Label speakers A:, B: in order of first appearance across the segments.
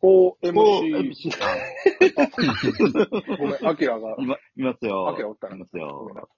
A: こう、
B: こう
A: MC。
B: MC
A: ごめん、アキラが。
B: いまいますよ
A: アキ。ラおった
B: い
A: ら
B: ますよ。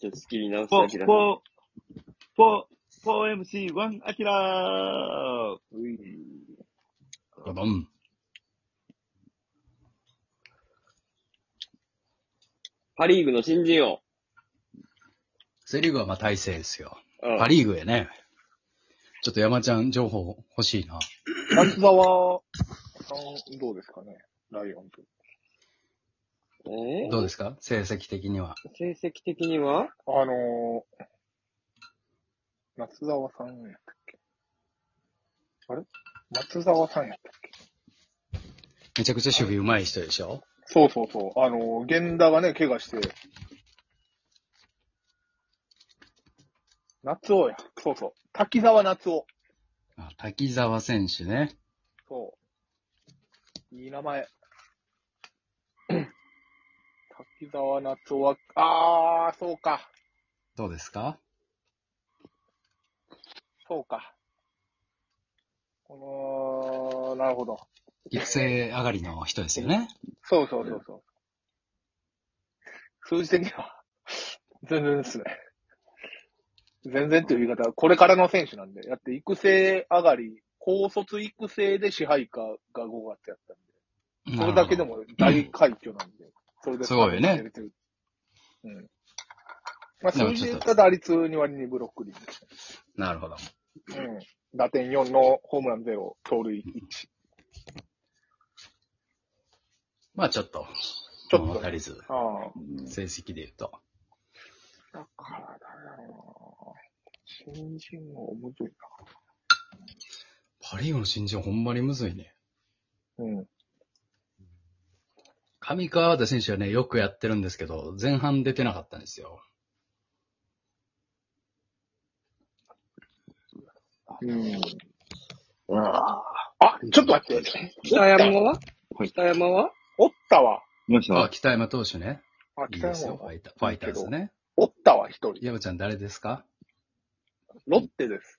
C: ちょっと仕切り直して
B: ポ
C: あき、らさん。
B: ポ、ポ、ポ MC1 アキラ
A: うい
D: ガバン。
C: パリーグの新人王。
D: セリーグはまあ大勢ですよ。
C: うん
D: パリーグやね。ちょっと山ちゃん情報欲しいな。
A: 松沢さん、どうですかねライオンズ。
C: え
D: どうですか成績的には。
C: 成績的には
A: あのー、松沢さんやったっけあれ松沢さんやったっけ
D: めちゃくちゃ守備上手い人でしょ
A: そうそうそう。あのー、源田がね、怪我して。夏尾や。そうそう。滝沢夏尾。
D: あ滝沢選手ね。
A: そう。いい名前。 滝沢夏夫は、あー、そうか。
D: どうですか
A: そうか。この、なるほど。
D: 育成上がりの人ですよね。
A: そうそうそうそう。数字的には、全然ですね。全然という言い方は、これからの選手なんで。だって、育成上がり、高卒育成で支配下が5月やったんで。それだけでも大快挙なんで。それだけ
D: すごいよね。
A: うん。まあ、
D: で
A: 数
D: もちょっと
A: 字で言ったら打率2割2分6厘。
D: なるほど。なるほど。
A: うん。打点4のホームラン0、盗塁1。
D: まあちょっと、
A: ちょっと
D: 物足りず、
A: ああ。
D: 成績で言うと。
A: だから、だろうな新人王むずい
D: パリーグの新人ほんまにむずいね。
A: な。うん。
D: 上川畑選手はね、よくやってるんですけど、前半出てなかったんですよ。
A: うん。
B: あ
A: あ、ちょっと待って。
C: 北山は
B: はい
C: 北山は
A: おったわ。
B: いまし
D: あ、
B: た
D: 北山投手ね。
A: あ、
D: いい
A: 北
D: です
A: 山
D: よ、フ
A: は
D: ァイターファイターズね。
A: おったわ、一人。
D: 山ちゃん誰ですか
A: ロッテです。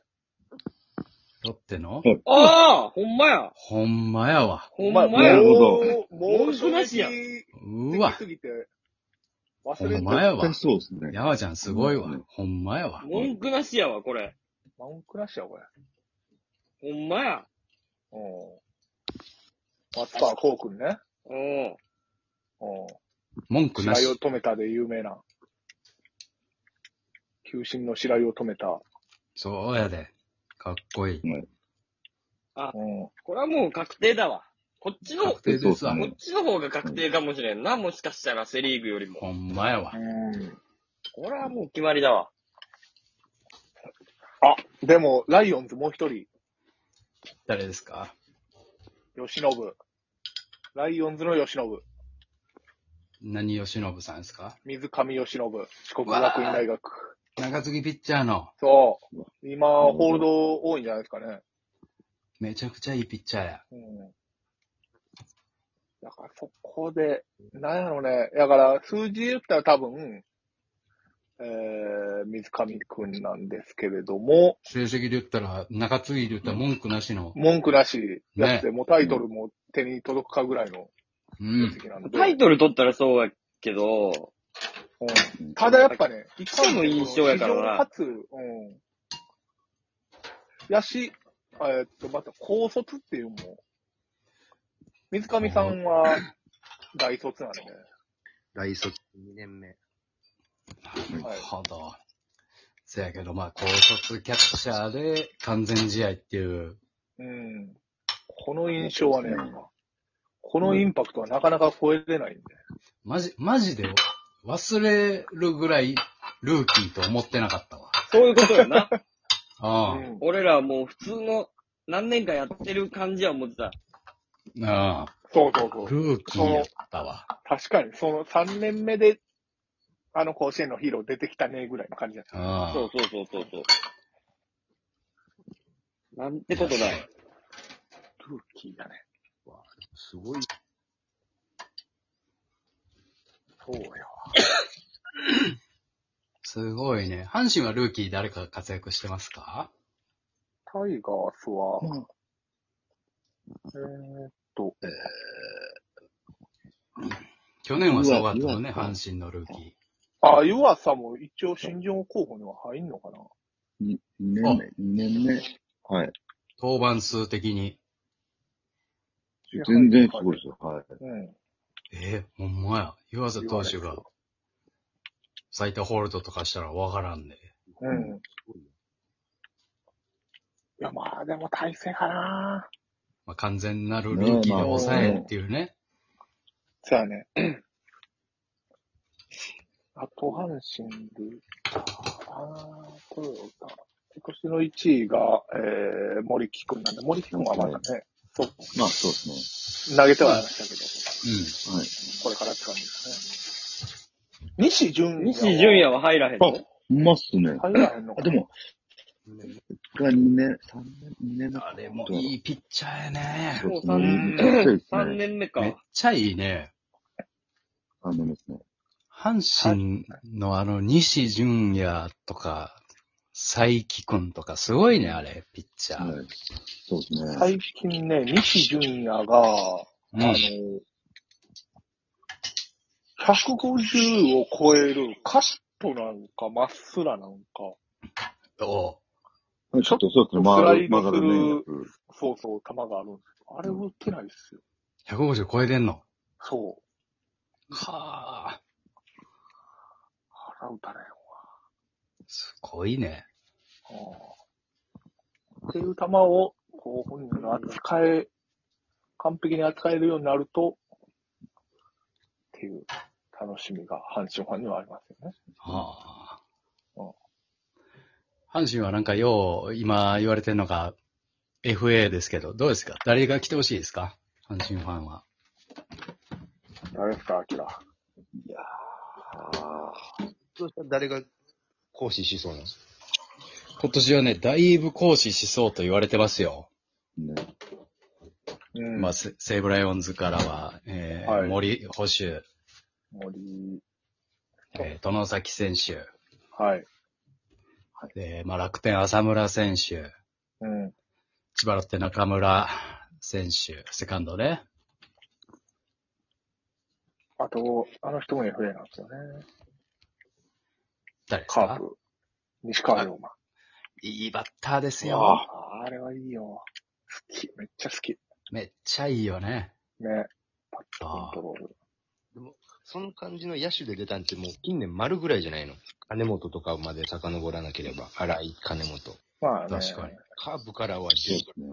D: ロッテの
B: い
C: ああほんまや
D: ほんまやわ。
C: ほんま
A: もう
C: や
B: なるほ
A: もう、
C: 文句なしや
A: 的
D: うわ。
A: すぎて、
D: ほ
A: 忘れ
D: ん
A: て
D: まやわ。
B: そうですね。
D: 山ちゃんすごいわ。ほんまやわ。
C: 文句なしやわ、これ。
A: 文句なしや、これ。
C: ほんまや。
A: うん。松川幸君ね。
C: うん。
A: う
D: 文
A: ん。
D: 句な
A: 白井を
D: し。
A: 止めたで有名な。球審の白井を止めた。
D: そうやで。かっこいい。
A: うん。
C: これはもう確定だわ。こっちの、こ
D: 確定ですわ
B: そう。で
C: っちの方が確定かもしれんな。もしかしたらセリーグよりも。
D: ほんまやわ。
A: うん。
C: これはもう決まりだわ。
A: あ、でも、ライオンズもう一人、
D: 誰ですか
A: 吉信。ライオンズの吉信。
D: 何由伸さんですか
A: 水上吉信。四国学院大学。
D: 中継ぎピッチャーの。
A: そう。今、ホールド多いんじゃないですかね。
D: めちゃくちゃいいピッチャーや。
A: うんだからそこで、なんやろね。だから数字で言ったら多分、えー、水上くんなんですけれども、
D: 成績で言ったら、中継ぎで言ったら文句なしの。
A: 文句なしやって、もうタイトルも手に届くかぐらいの
D: う
A: 成
D: ん。
A: 績なんで。
C: タイトル取ったらそうやけ
A: う
C: ど、
A: んただやっぱね、一
C: 人の印象やからな
A: 初、うん。やし、えーっと、また高卒っていうのも、水上さんは大卒なんで、
E: 大卒2年目。
D: なるほど。せやけど、まあ、高卒キャッチャーで完全試合っていう。
A: うん。この印象はね、
B: うん
A: このインパクトはなかなか超えれないんで。
D: マジ、マジで忘れるぐらいルーキーと思ってなかったわ。
C: そういうことや な。
D: あ
A: うん
C: 俺らはもう普通の何年かやってる感じは思ってた。
D: あ、ああ、
A: そうそうそう。
D: ルーキーやったわ。
A: 確かに、その3年目で、あの甲子園のヒーロー出てきたね、ぐらいの感じだった。
D: あ
C: そうそうそうそうそう。なんてことだい。
A: ルーキーだね。
E: すごい。
A: そうよ。
D: すごいね。阪神はルーキー誰か活躍してますか
A: タイガースは、えー
D: 去年はすごかったもんね、
E: うわ
D: 阪神のルーキ
A: あ、湯浅も一応新人王候補には入んのかな
F: 2年目、2年目。はい。
D: ー。登板数的に。
F: 全然すごいですよ。はい。
A: うん。
D: えー、ほんまや。湯浅投手が、最多ホールドとかしたらわからんで、
A: うん。いや、まあ、でも大勢かな。
D: まあ、完全なるルーキーで抑えっていうね。
A: そうやね。あと、阪神で、あー、トヨタ。今年の1位が、えー、森木くんなんで、森木くんはまだね、
F: まあ、そうです
A: 投げてはいましたけど、
F: ね。
D: う
F: はい。
A: これからって感じですね。西純也。
C: 西純也は入らへんの
F: うまっすね。
A: 入らへんの
F: あ、
A: か
F: で
A: な。
F: も、が2年、3年、2年目
D: ん。あれもいいピッチャーやね。
F: そうです
C: もう
F: ね。
C: 三
F: めっちゃいいです
C: 3
F: ね。
C: 年目
D: めっ
C: か。
D: ちゃいいね。
F: 3年目ですね。
D: 阪神のあの、西純也とか、佐伯くんとか、すごいね、あれ、ピッチャー。
F: はい。そうですね。
A: 最近ね、西純也が、
D: う
A: あの
D: ん。、
A: 150を超えるカットなんか、まっすらなんか、
D: お
F: ちょっとそうですね。
A: スラ
F: 回
A: イ
F: る、
A: ドす
F: 曲が
A: る
F: るね。うん
A: そうそう、球があるんですよあれ打ってないですよ。
D: 150超えてんの。
A: そう。
D: はあ。
A: 腹打たれ
D: すごいね。
A: へんわ。あーっていう球を、こう、本人が扱え、完璧に扱えるようになると、っていう楽しみが阪神ファンにはありますよね。
D: は
A: うん
D: あ。阪神はなんかよう、今言われてんのが、FA ですけど、どうですか誰が来てほしいですか阪神ファンは。
A: 誰ですか、アキラ。
E: いやー。どうしたら誰が行使しそうなんですか
D: 今年はね、だいぶ行使しそうと言われてますよ。
F: ね
A: うん
D: まあ、セセーブライオンズからは、えー
A: はい
D: 森保守、
A: 森、
D: えー、殿崎選手、
A: はい。
D: えーまあ、楽天浅村選手、
A: うん。
D: 千葉ロッテ中村選手、セカンドね。
A: あと、あの人も FA なんですよね。
D: 誰です
A: カ
D: か
A: ープ。西川龍馬。
D: いいバッターです
A: あ
D: よ。
A: あ、あれはいいよ。好き。めっちゃ好き。
D: めっちゃいいよね。
A: ね。パッとコントロール。
E: その感じの野手で出たんってもう近年丸ぐらいじゃないの金本とかまで遡らなければ。荒い金本。
A: まあね。
D: 確かに。
E: カーブからは
F: そう
E: 10
F: ですね。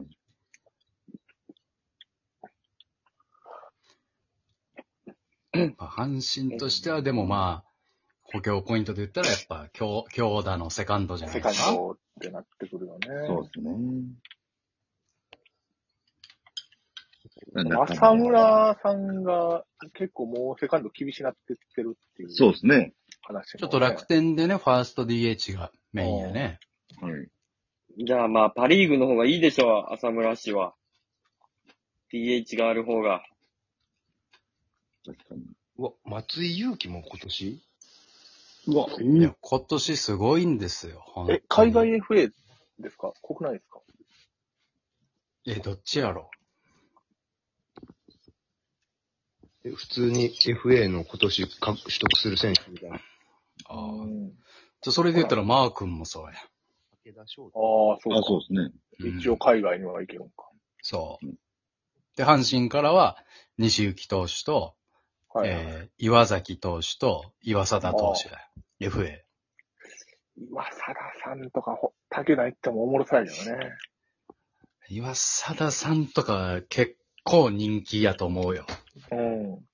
D: まあ阪神としては、でもまあ、補強ポイントで言ったら、やっぱ強、強打のセカンドじゃない
A: セ
D: で
A: カン
D: すか。
A: ドってなってくるよね。
F: そうですね。
A: 浅。村さんが結構もうセカンド厳しなってってるっていう話、
F: そうですね。
D: ちょっと楽。天でね、ファースト DH がメインやね。
F: はい。
C: じゃあまあ、パリーグの方がいいでしょう、浅村氏は。DH がある方が。
F: 確かに。
E: うわ、松井裕樹も今年
A: うわ、え
D: いや今年すごいんですよ、本当に
A: え、海外 FA ですか国内ですか
D: え、どっちやろ
E: え普通に FA の今年か取得する選手みたいな。
D: あ
A: う
D: ー
A: ん
D: ちょそれで言ったら、マー君もそうや。
E: 武田翔
A: ああ、そう
F: あ、
A: か。
F: そうですね。
D: うん
A: 一応海外には行けるんか。
D: そう
F: うん。
D: で、阪神からは、西行投手と、
A: はいはい。
D: えー岩崎投手と、岩貞投手だよ。FA。
A: 岩佐田さんとか、ほ竹内行ってもおもろそうやけどね。
D: 岩貞さんとか、結構人気やと思うよ。
A: うん。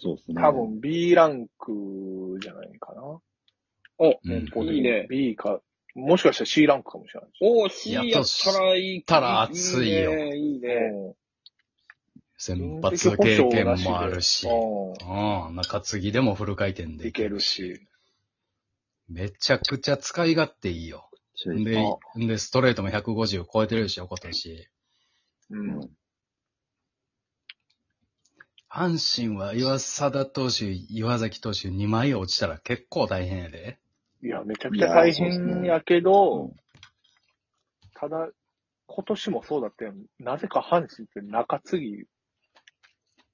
F: そうですね。
A: 多分 B ランクじゃないかな。お、
D: うん
A: 年俸的に
C: いいね
A: B か、もしかしたら C ランクかもしれないし。
C: おー、C やったらいい。
D: たら熱いよ
C: ねいいね。
D: 先発経験もあるし。
A: うん
D: うん、中継ぎでもフル回転で
A: いける。し。
D: めちゃくちゃ使い勝手いいよ。
F: めっちゃいい
D: で、でストレートも150超えてるでしょ、今年。
A: うん。
D: 阪神は岩貞投手、岩崎投手2枚落ちたら結構大変やで。
A: いや、めちゃくちゃ大変やけど、
F: うん
A: ただ、今年もそうだったよ。なぜか阪神って中継ぎ、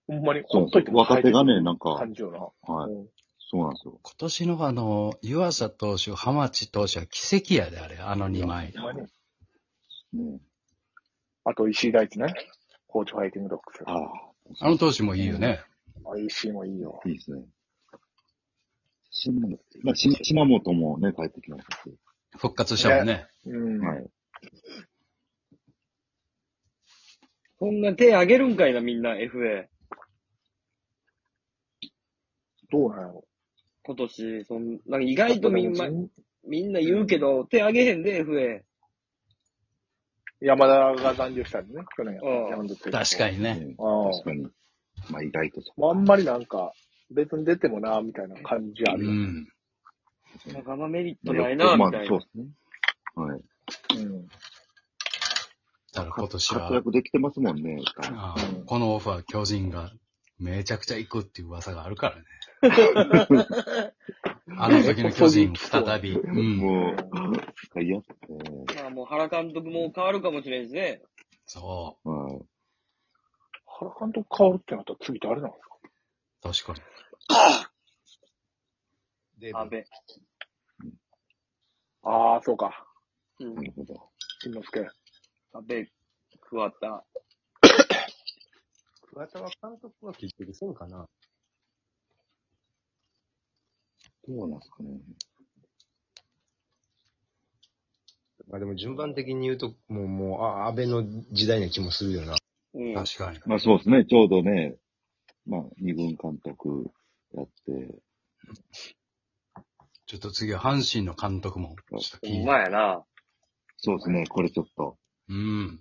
A: ほんまにほっといても
F: 若手がね、なんか、は
A: 感じよな。
F: い。そうなんですよ。
D: 今年のあの、湯浅投手、浜地投手は奇跡やで、あれ、あの2枚。
A: ほんまに
F: ね、
A: あと石井大地ね。コーチファイティングドッグス。
F: あ
D: あの投手もいいよね。
A: あ石井もいいよ。
F: あ、いいですね。島本、まあ、島島本もね、帰ってきましたし。
D: 復活したもんね。
A: うん。
F: はい。
C: こんな手あげるんかいな、みんな、FA。
A: どうなんやろ。
C: 今年、そんなんか意外とみんな、
A: 人
C: みんな言うけど、手あげへんで、FA。
A: 山田が残留したんでね、去年
C: うん。
A: 山田って
D: 確かにね。
F: ね
A: ああ
F: 確かに。まあ、意外とそ
A: まああんまりなんか、別に出てもな、みたいな感じあ
D: う
A: るよ。
D: ん。
C: なんかあんまメリット
F: う。
C: ないな、
F: ま
C: み
F: あ
C: たい、
F: そう
C: な
F: で。すね。はい。
A: うん。
D: だから今年は
F: 活、躍できてますもんね。
D: あーこのオファー巨人がめちゃくちゃ行くっていう噂があるからね。 あの時の巨人再 び。うん。
F: もう、いや、えー、
C: まあもう原監督も変わるかもしれんしね。
D: そ
F: まあ、
A: 原監督変わるってなったら次誰なんですか
D: う。確かに。
E: で、
C: 安倍。
A: ああ、そうか。
C: うん
F: な。るほど。
A: 新之助。
C: 安倍、桑田。
E: 桑田は監督は結局そうかな。
F: どうなんですかね。
E: まあでも順番的に言うと、もう、もう、あ、安倍の時代な気もするよな。
C: うん。
D: 確かに。
F: まあそうですね、ちょうどね、まあ、二軍監督やって、
D: ちょっと次は阪神の監督も、ちょっと気
C: ほん
D: に
C: まやな。
F: そうですね、これちょっと、
D: うん。